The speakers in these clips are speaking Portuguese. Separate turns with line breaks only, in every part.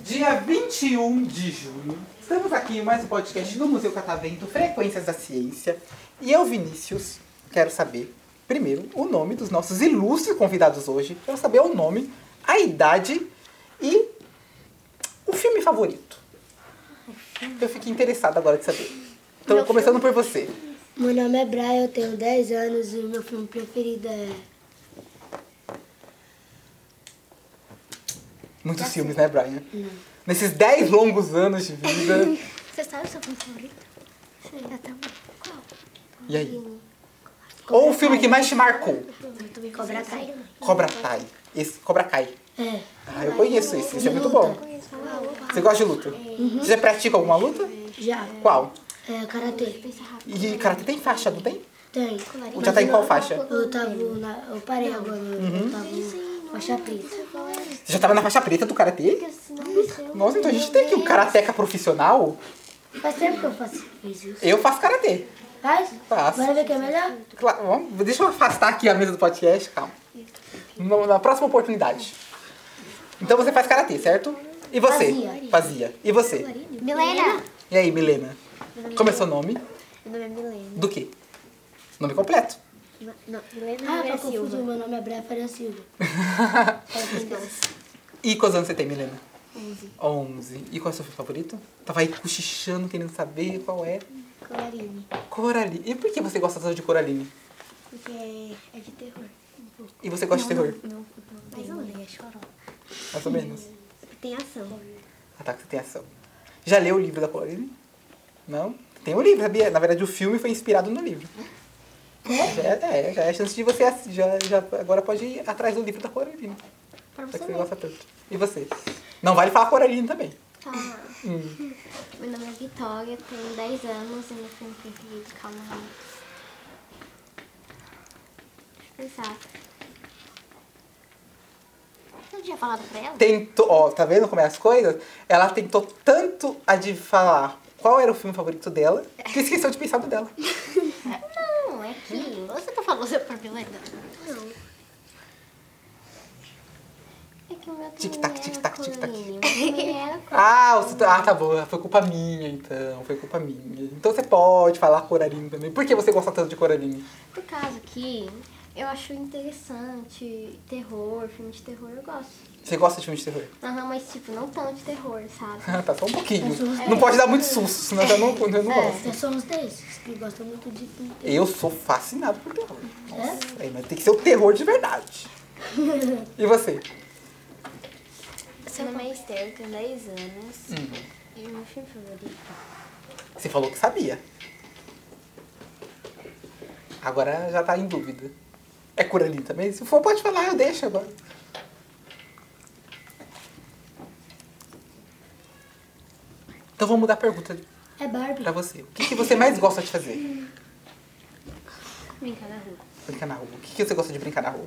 Dia 21 de junho, estamos aqui em mais um podcast do Museu Catavento Frequências da Ciência. E eu, Vinícius, quero saber, primeiro, o nome dos nossos ilustres convidados hoje. Quero saber o nome, a idade e o filme favorito. Eu fiquei interessada agora de saber. Então,
Meu
começando por você.
Meu nome é Brian, eu tenho 10 anos e o meu filme preferido é.
Muitos filmes, né, Brian? Nesses 10 longos anos de vida.
Hum. Você sabe o seu filme favorito? Você ainda tá Qual?
E aí? Ou o filme que mais te marcou?
Eu também Cobra Kai.
Cobra Kai. Esse, Cobra Kai.
É.
Ah, eu conheço esse. Esse é muito bom. Você gosta de luta?
Uhum.
Você já pratica alguma luta?
Já.
Qual?
É, Karatê.
E karate tem faixa, não tem?
Tem.
Ou já tá em qual faixa? Uhum.
Eu tava na. Eu parei agora. Eu tava faixa preta.
Você já tava na faixa preta do karatê? Nossa, então a gente tem aqui um karateca profissional.
Faz tempo que eu faço isso.
Eu faço karatê.
Faz?
Faço.
Bora ver quem é melhor?
Claro, vamos- deixa eu afastar aqui a mesa do podcast, calma. No- Na próxima oportunidade. Então você faz karatê, certo? E você?
Fazia.
Fazia. E você?
Milena.
E aí, Milena? Como é seu nome?
Meu nome é Milena.
Do quê? Nome completo.
Ma- Não, Milena
Ah,
tá
pra
Rivera Silva.
confundir, meu nome é Brian Faria Silva.
E quantos anos você tem, Milena? 11. E qual é o seu filme favorito? Tava aí cochichando, querendo saber qual é.
Clarine.
Coraline. E por que você gosta tanto de Coraline?
Porque é- é de terror. Um pouco.
E você gosta de terror?
Não, não mais ou menos. É choró.
Mais ou menos.
Tem ação.
Ataque você tem ação. Já leu o livro da Coraline? Não? Tem um livro, sabia? Na verdade, o filme foi inspirado no livro. Já é, já é a chance de você. ass- Já, já, agora pode ir atrás do livro da Coraline.
Pra
Já
você
que você
ver.
gosta tanto. E você? Não vale falar Coraline também. Hum.
Tá. Meu nome é Vitória, tenho 10 anos e meu filme preferido, calma aí. Deixa eu pensar. Eu não tinha falado pra ela?
tentou, ó, tá vendo como é as coisas? Ela tentou tanto a de falar qual era o filme favorito dela, que esqueceu de pensar do dela.
Não, é que você tá falando pra Milena. Não. É que o meu
Tic-tac, tic-tac,
também era
tic-tac.
Clarine. Meu também era
Ah, você, ah, tá bom, foi culpa minha então, foi culpa minha. Então você pode falar Coraline também. Por que você gosta tanto de Coraline?
Por causa que eu acho interessante, terror, filme de terror eu gosto.
Você gosta de filme de terror?
Aham, mas tipo, não tanto de terror, sabe?
Ah, tá, só um pouquinho. Não pode dar muito susto, senão eu já não, eu não gosto.
Vocês são os 10 que gostam muito de filme.
Eu sou fascinado por terror. Nossa, é, mas tem que ser o terror de verdade. E você?
Seu nome é Esther, eu tenho 10 anos. E meu filme favorito?
Você falou que sabia. Agora já tá em dúvida. É Coraline também? Se for, pode falar, eu deixo agora. Então vou mudar a pergunta
É Barbie.
pra você. O que, que você mais gosta de fazer?
Brincar na rua.
Brincar na rua. O que, que você gosta de brincar na rua?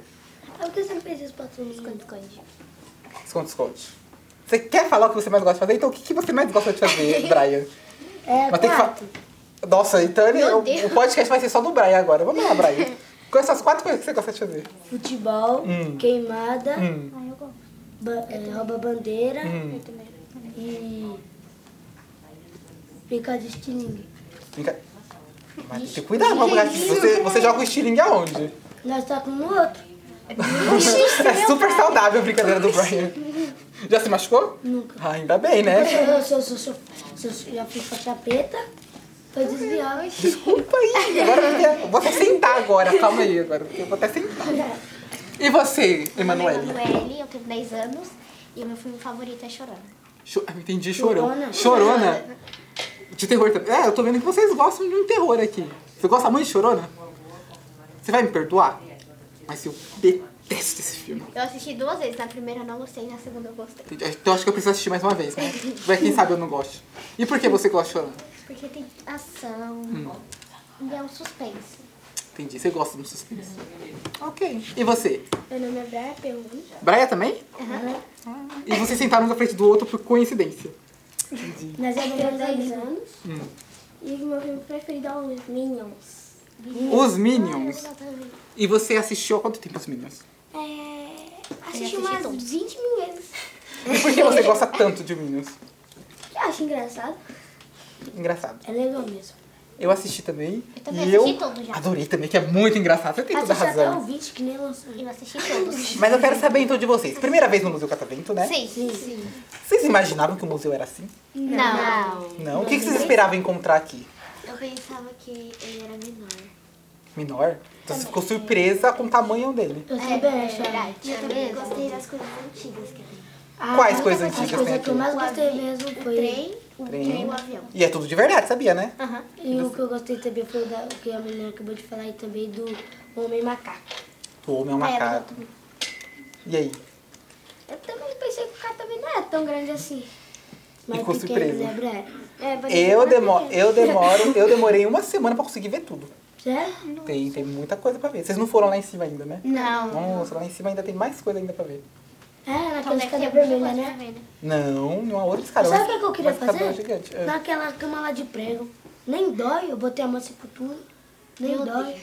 É porque você não fez os patrões
Esconde, esconde.
Esconde, esconde. Você quer falar o que você mais gosta de fazer? Então o que, que você mais gosta de fazer, Brian?
É,
Mas tem que fa- Nossa, então ele-
Meu
o,
Deus.
o podcast vai ser só do Brian agora. Vamos lá, Brian. Quais são as quatro coisas que você gosta de fazer?
Futebol,
Hum.
queimada,
Hum.
Ah, eu gosto.
ba- é, rouba bandeira
Hum.
também.
e brincar de estilingue.
Brinca- Mas tem que ter cuidado pra brincar de você, você joga o estilingue aonde?
Nós tacamos no outro.
É super saudável a brincadeira do Brian. Já se machucou?
Nunca.
Ah, ainda bem, né?
Eu, sou- sou- sou- sou- já fui faixa preta, foi desviar.
Desculpa aí. Agora eu quero- vou até sentar agora. Calma aí agora. porque Eu vou até sentar. E você, Emanuele?
Emanuele, é eu tenho 10 anos. E o meu filme favorito é Chorando.
Cho- ah, Entendi, chorão.
Chorona.
Chorona. De terror também. É, eu tô vendo que vocês gostam de um terror aqui. Você gosta muito de chorona? Você vai me perdoar? Mas eu detesto esse filme.
Eu assisti duas vezes. Na primeira eu não gostei, na segunda eu gostei.
Então acho que eu preciso assistir mais uma vez, né? Vai, quem sabe eu não gosto. E por que você gosta de chorando?
Porque tem ação. E é um suspense.
Entendi, você gosta do suspense. Ok. E você?
Meu nome é Brian
Braia também? E vocês sentaram um na frente do outro por coincidência.
Nós é já
Tenho
ganhamos
10
10 anos.
anos.
Hum.
E o meu filme preferido
um
é os Minions.
Os Minions.
Exatamente.
E você assistiu há quanto tempo os Minions?
É,
assisti
assisti umas
todos.
20 mil vezes.
E por que você gosta tanto de Minions?
Que eu acho engraçado.
Engraçado.
É legal mesmo.
Eu assisti também.
Eu também
e eu
assisti todos já.
adorei também, que é muito engraçado. Você tem toda a
Assisti até o
razão.
20 que nem lançou.
Eu assisti todos.
Mas eu quero saber então de vocês. Primeira vez no Museu Catavento, né?
É? Sim, sim, sim.
Vocês imaginavam que o museu era assim?
Não.
Não. O que, que vocês esperavam encontrar aqui?
Eu pensava que ele era menor.
Menor? Então você ficou surpresa com o tamanho dele.
Eu também acho. é.
E eu também gostei das coisas.
Ah,
Quais coisas
As
antigas tem
coisas que eu
aqui?
mais gostei mesmo foi...
o
Trem. trem, o
avião.
E é tudo de verdade, sabia, né?
E o que eu gostei também foi o da- o que a menina acabou de falar e também do Homem Macaco.
O homem é um macaco. E aí?
Eu também pensei que o cara também não é tão grande assim.
Mas
Ficou
pequeno,
surpresa.
lembra?
É, mas
Eu, Então
ele é
demo
pequeno.
eu demoro, eu demorei uma semana pra conseguir ver tudo.
Sério?
Tem, tem muita coisa pra ver. Vocês não foram lá em cima ainda, né?
Não.
Nossa, lá em cima ainda tem mais coisa ainda pra ver.
É,
Então
naquela
Também
escada
tem
vermelha,
muita
né?
coisa pra ver,
Não, não há outro escadão.
Sabe o que que eu queria
Um escadão
fazer?
gigante. É.
Naquela cama lá de prego. Nem dói, eu botei a mão assim por tudo. Nem dói.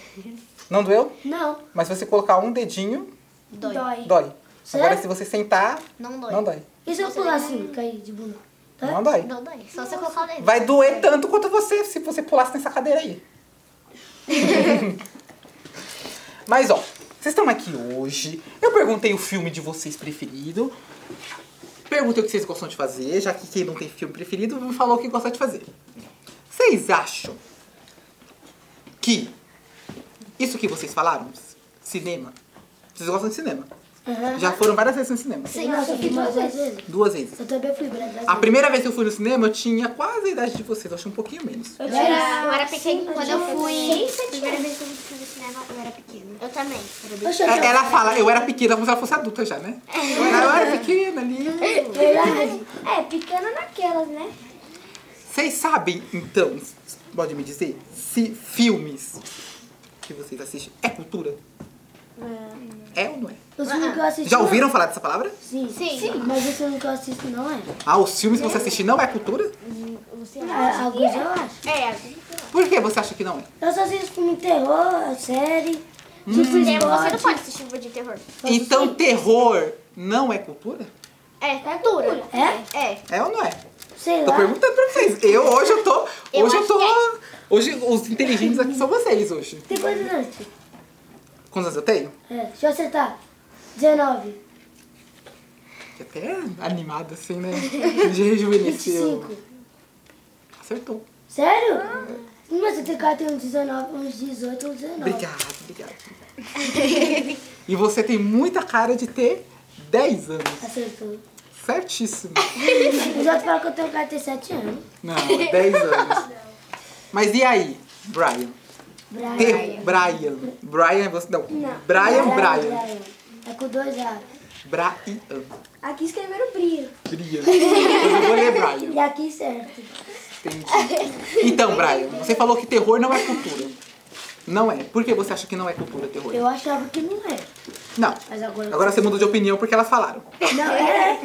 Não doeu?
Não,
Mas se você colocar um dedinho,
Dói.
dói.
dói.
Sério?
Agora, se você sentar,
Não dói.
não dói.
E se eu pular assim, cair de bunda? Dói?
Não dói.
Não dói. Só você colocar o dedo.
Vai doer tanto quanto você se você pulasse nessa cadeira aí. Mas ó, vocês estão aqui hoje. Eu perguntei o filme de vocês preferido. Perguntei o que vocês gostam de fazer, já que quem não tem filme preferido me falou o que gosta de fazer. Vocês acham que isso que vocês falaram, cinema, vocês gostam de cinema?
Aham.
Já foram várias vezes no cinema.
Sim,
Nossa, eu fui duas vezes.
Duas vezes.
Eu também fui brasileiro.
A primeira vez que eu fui no cinema, eu tinha quase a idade de vocês, eu acho um pouquinho menos.
Eu
Eu
tirei-
era, eu era pequena quando eu fui.
Primeira vez que eu fui no cinema, eu era pequena.
Eu também.
Eu
É,
cheguei-
Ela fala, eu era pequena, como se ela fosse adulta já, né? Eu era, eu era pequena ali.
Verdade.
É, pequena naquelas, né?
Vocês sabem, então, pode me dizer, se filmes que vocês assistem é cultura? É ou não é?
Os filmes que eu assisti.
Já ouviram falar dessa palavra?
Sim.
Sim.
Mas os filmes que eu assisto não é.
Ah, os filmes que você assiste não é cultura?
Você
Ah, Alguns eu acho.
É,
Por que você acha que não é?
Eu só assisto filme de terror, série. Tipo
Hum. cinema, você não
esporte.
pode assistir um filme de terror.
Então, terror não é cultura?
É cultura.
É?
É.
É ou não é?
Sei
Tô
lá.
perguntando pra vocês. Eu hoje eu tô.
Eu
Hoje eu,
acho
tô.
que
Hoje os inteligentes aqui são vocês hoje.
Tem coisa antes.
Quantos anos eu tenho?
É, deixa eu acertar. 19.
Fiquei até animada assim, né? De rejuvenesceu.
25.
Acertou.
Sério? Mas você tem cara tem uns 19, uns 18, uns 19.
Obrigada, obrigada. e você tem muita cara de ter 10 anos.
Acertou.
Certíssimo.
Os outros falam que eu tenho cara de ter 7 anos.
Não, 10 anos. Mas e aí, Brian? Ter- Brian. Brian é você. Não. Brian, Brian.
É com dois A.
Brian.
Aqui escreveram brilho.
Brian. Eu vou ler Brian.
E aqui certo.
Entendi. Então, Brian, você falou que terror não é cultura. Não é. Por que você acha que não é cultura terror?
Eu achava que não era.
Não.
Mas agora.
Agora você mudou de opinião porque elas falaram.
Não, é.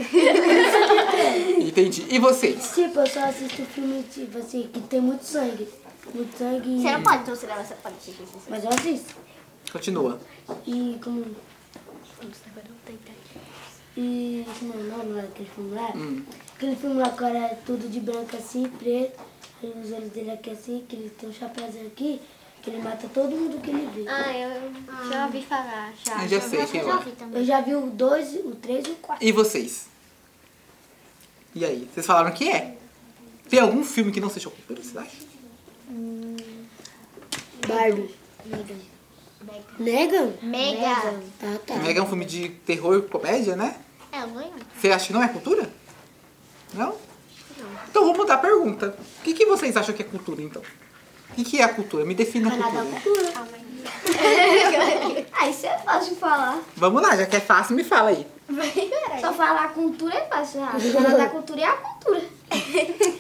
Entendi. E vocês?
Tipo, eu só assisto filme, tipo assim, que tem muito sangue. Muito sangue.
Você não pode ir no cinema, você pode assistir filme.
Mas eu assisto.
Continua.
E como. E como é o nome lá daquele filme lá?
Hum.
Aquele filme lá que era tudo de branco assim, preto, aí os olhos dele aqui assim, que ele tem um chapéuzinho aqui, que ele mata todo mundo que ele vê.
Ah, eu já ouvi falar. Já,
Eu já sei quem
eu
é.
já ouvi também.
Eu já vi o 2, o 3 e o 4.
E vocês? E aí? Vocês falaram que é? Tem algum filme que não seja cultura, vocês acham?
Barbie. Negan?
Mega.
Ah, tá.
Mega é um filme de terror, comédia, né?
É, ganhou.
Você acha que não é cultura? Não? Então vou mudar a pergunta. O que, que vocês acham que é cultura, então? O que, que é a cultura? Me defina a é cultura.
Ah, isso é fácil de falar.
Vamos lá, já que é fácil, me fala aí.
É.
Só falar a cultura é fácil. Ah, falar da cultura é a cultura.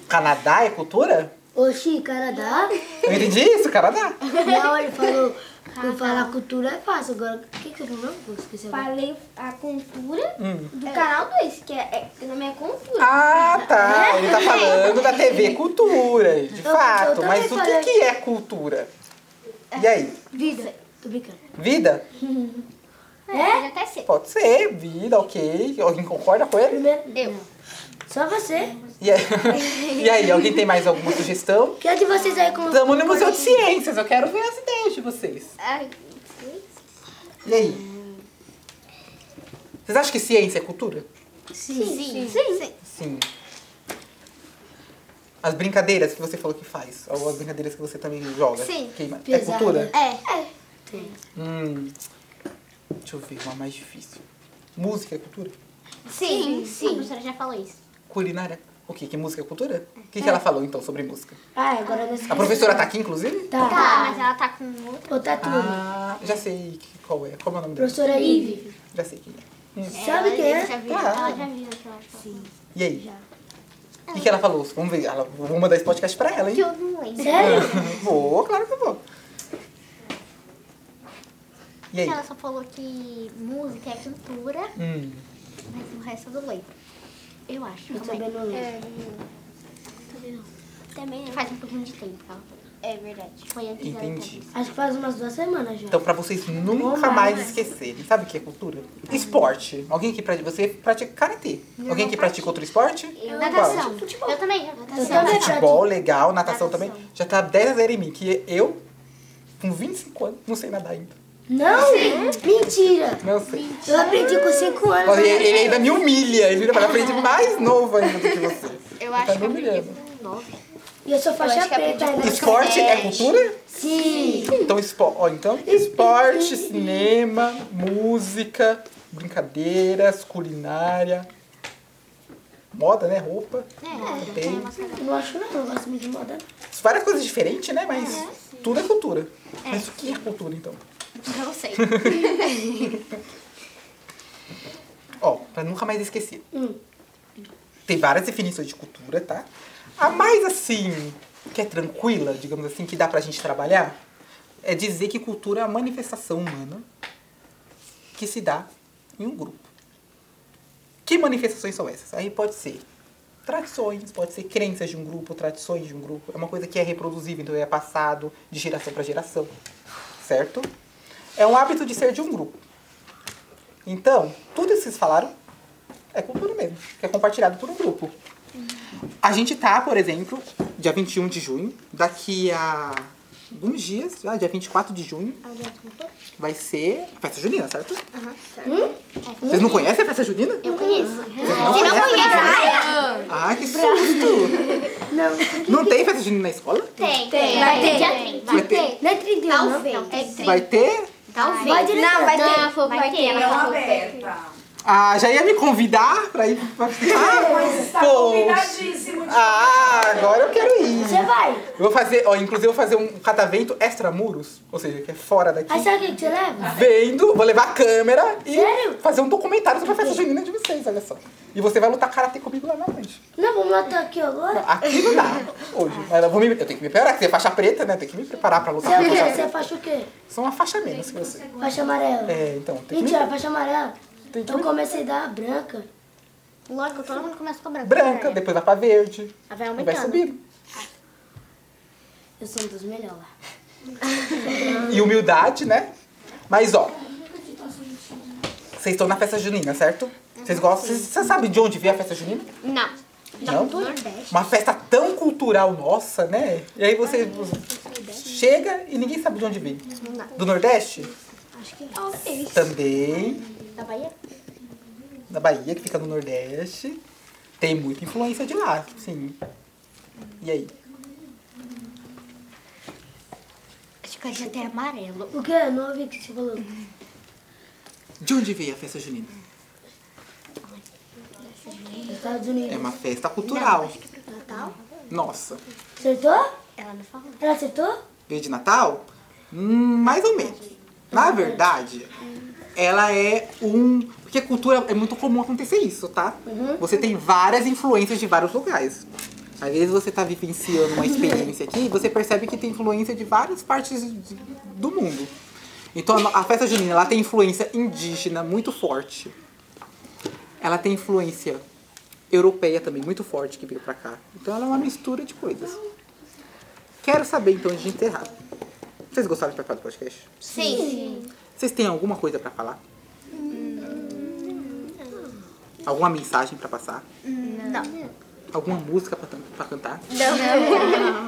Canadá é cultura?
Oxi, Canadá?
Eu entendi isso, Canadá.
Não, ele falou Eu falar cultura é fácil. Agora, o que, que você falou? Eu esqueci agora.
Falei a cultura
Hum.
do canal 2, que é, é na minha cultura.
Ah, tá. Ele tá falando da TV Cultura, de fato.
também
Mas o que,
falei.
que é cultura? E aí?
Vida. Tô brincando.
Vida?
É?
Eu até sei.
Pode ser, vida, ok. Alguém concorda com ele?
Primeiro.
Eu.
Só você.
E aí, e aí, alguém tem mais alguma sugestão?
Que é de vocês aí como.
Estamos no Museu de Ciências, eu quero ver as ideias de vocês.
Ai,
E aí? Vocês acham que ciência é cultura?
sim, sim. sim.
Sim. As brincadeiras que você falou que faz, ou as brincadeiras que você também joga.
Sim.
queima- É
Pesada.
cultura?
É.
Hum. Deixa eu ver, uma mais difícil. Música é cultura?
Sim, sim. A professora já falou isso.
Culinária? O quê? Que música é cultura? O que, que ela falou então sobre música?
Ah, agora nós.
A professora tá aqui, inclusive?
Tá.
Tá, mas ela tá com outra.
Ô, Tatu.
Ah, já sei que- qual é. Como é o nome dela?
Professora Ive.
Já sei quem é.
Sabe
ela,
quem é?
Já viu,
Tá.
Ela já viu aquela Sim.
E aí? O que, que ela falou? Vamos ver. Ela, vou mandar esse podcast pra ela, hein?
Que eu não lembro.
Sério?
Vou, claro que eu vou. E aí?
Ela só falou que música é cultura,
Hum.
mas o resto eu não lembro. Eu acho.
Eu
calma aí.
também não lembro.
É, também não. Também não. Faz um pouquinho de tempo, ela falou. É verdade. Foi antes dela
Entendi.
entrar.
Acho que faz umas duas semanas já.
Então, pra vocês nunca mais
né?
esquecerem, sabe o que é cultura? Esporte. Alguém que pratica. Você pratica karatê. Alguém que pratica outro esporte?
Eu,
Qual?
natação. Eu também.
Eu
Natação.
também
Futebol, legal. Natação,
Natação.
também. Já tá 10 a 0 em mim, que eu, com 25 anos, não sei nadar ainda.
Não! Mentira!
Não sei.
Eu aprendi com 5 anos.
Olha, Ele, ele ainda me humilha. Ele vira pra frente mais novo ainda do que você.
Eu
Tá
acho que é eu
humilhando.
aprendi com nove.
E eu sou
Eu
faixa
acho que
preta
aprendi
ainda.
Esporte é cultura?
Sim!
Então, espo... ó, então, esporte, cinema, música, brincadeiras, culinária, moda, né? Roupa.
É,
Tem.
tem umas coisas-
Não acho não, eu gosto muito de moda.
Várias coisas diferentes, né? Mas tudo é cultura. Mas o que é cultura, então?
Não sei.
Ó, pra nunca mais esquecer.
Hum.
Tem várias definições de cultura, tá? A mais assim, que é tranquila, digamos assim, que dá pra gente trabalhar, é dizer que cultura é a manifestação humana que se dá em um grupo. Que manifestações são essas? Aí pode ser tradições, pode ser crenças de um grupo, tradições de um grupo. É uma coisa que é reproduzível, então é passado de geração para geração. Certo? É um hábito de ser de um grupo. Então, tudo isso que vocês falaram é cultura mesmo, que é compartilhado por um grupo. A gente tá, por exemplo, dia 21 de junho, daqui a alguns dias, já, dia 24 de junho, vai ser a festa junina, certo? Vocês não conhecem a festa junina?
Eu conheço.
Você não conhece? Ah, que susto! Não tem festa junina na escola?
Tem, tem. Vai ter.
Vai ter.
Não é 31,
Talvez.
não?
Vai ter?
Talvez. Vai ter. Não, vai ter. Não, vai ter. Ela falou que vai ter.
Ah, já ia me convidar pra ir pra Ah, poxa.
Convidadíssimo.
Ah, agora eu quero ir.
Você vai?
Eu vou fazer, ó, inclusive eu vou fazer um catavento extramuros, ou seja, que é fora daqui.
Aí sabe o que que você leva?
Vendo, vou levar a câmera e
Sério?
fazer um documentário sobre a festa junina de vocês, olha só. E você vai lutar karatê comigo lá na frente.
Não, vamos matar aqui agora.
Aqui não dá, hoje. Mas eu, vou me- eu tenho que me preparar, que você é faixa preta, né? Eu tenho que me preparar pra
Você
lutar
é o
com
quê?
faixa
Você é
preta.
faixa o quê?
Sou uma faixa menos que você.
Faixa amarela.
É, então, tem que me...
Mentira, faixa amarela. Então
Tem que
Eu
me-
comecei da branca.
Logo, todo mundo começa com branco.
Branca, depois vai pra verde.
Ela Ah, vai
E vai
aumentando.
subindo.
Eu sou um dos melhores.
E humildade, né? Mas, ó. Vocês estão na festa junina, certo? Vocês gostam? Vocês vocês sabem de onde veio a festa junina?
Não.
Não? Uma festa tão cultural nossa, né? E aí você chega e ninguém sabe de onde vem. Do Nordeste?
Acho que é.
Também.
Da Bahia?
Da Bahia, que fica no Nordeste. Tem muita influência de lá, sim. E aí?
Acho que hoje até é amarelo.
O quê? Eu não ouvi o que você falou.
De onde veio a festa junina?
Estados
É
Unidos.
uma festa cultural.
é Natal?
Nossa.
Acertou?
Ela não falou.
Ela acertou?
Veio de Natal? Hum, mais ou menos. Na verdade, ela é um. Porque cultura é muito comum acontecer isso, tá? Você tem várias influências de vários lugares. Às vezes você tá vivenciando uma experiência aqui e você percebe que tem influência de várias partes de- do mundo. Então a no- a festa junina ela tem influência indígena muito forte. Ela tem influência europeia também muito forte que veio pra cá. Então ela é uma mistura de coisas. Quero saber então de encerrar. Vocês gostaram de participar do podcast?
Sim.
Vocês têm alguma coisa pra falar?
Hum.
Alguma mensagem pra passar?
Não.
Alguma música pra, tan- pra cantar?
Não.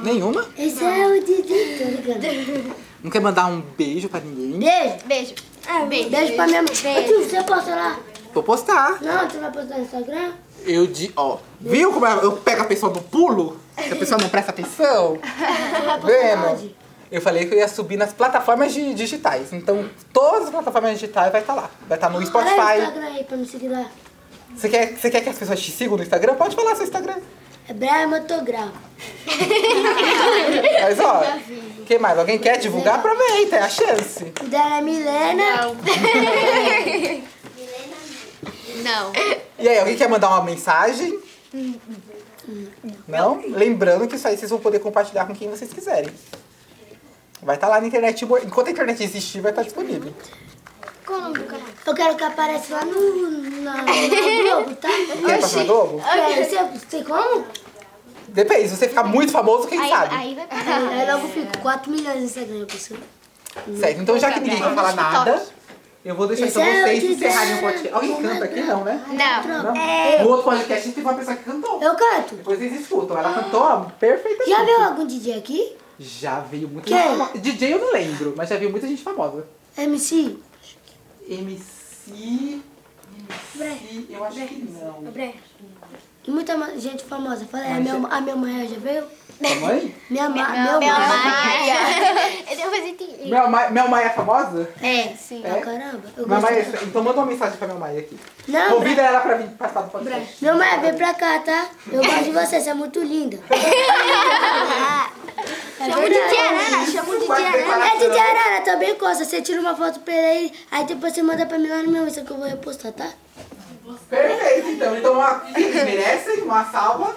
Nenhuma?
Esse é o Didi, tá ligado?
Não quer mandar um beijo pra ninguém?
Beijo.
Beijo. Ah, beijo.
Beijo pra minha mãe. Ô, tio, você posta lá?
Vou postar.
Não, você vai postar no Instagram?
Eu de. Ó. Viu como eu pego a pessoa no pulo? Que a pessoa não presta atenção? Vendo? Eu falei que eu ia subir nas plataformas di- digitais. Então, todas as plataformas digitais vai estar lá. Vai estar no
Olha o
tá
Spotify.
Instagram aí pra me seguir lá.
Você quer, você quer que as pessoas te sigam no Instagram? Pode falar seu Instagram.
É Brian Motograu.
Mas ó, quem mais? Alguém quer divulgar? Aproveita, é a chance.
O dela é Milena.
Não.
E aí, alguém quer mandar uma mensagem? Não? Lembrando que isso aí vocês vão poder compartilhar com quem vocês quiserem. Vai estar lá na internet. Enquanto a internet existir, vai estar disponível.
Qual o nome do canal?
Eu quero que apareça lá no, na, no Globo, tá?
Quer passar na Globo?
É, você, você como?
Depende, se você ficar muito famoso, quem
Aí,
sabe?
aí vai parar.
Aí É, logo fico 4 milhões no Instagram, pessoal.
Certo, então já que ninguém quer falar nada, eu vou deixar então
Esse é o
vocês
que
encerrarem o
dá.
podcast. Alguém canta aqui não, né?
Não.
Não?
É.
No outro podcast teve uma pessoa que cantou.
Eu canto.
Depois vocês escutam. Ela cantou perfeitamente.
Já viu algum DJ aqui?
Já veio muita
Quem?
gente famosa. DJ eu não lembro, mas já veio muita gente famosa.
MC?
MC. MC. Eu acho que não.
E muita ma- gente famosa. Fala, aí, a, minha, a minha mãe já veio?
Sua mãe?
Minha, ma, meu
Mel
mãe.
Maia. Eu devo entendi.
Mel Maia, Mel Maia é famosa?
É, sim.
É?
Ah, caramba, eu
Mel
gosto.
Maia,
dela.
então manda uma mensagem pra Mel Maia aqui.
Não,
Convida ela pra vir passar do podcast.
Minha mãe, vem pra cá, tá? Eu gosto de você, você é muito linda. Chama o DJ Arara, chama o DJ
Faz
Arara. É
declaração.
DJ Arara, também costa. Você tira uma foto pra ele aí, aí depois você manda pra mim lá no meu Insta que eu vou repostar, tá?
Perfeito, então. Então, uma, eles merecem uma salva.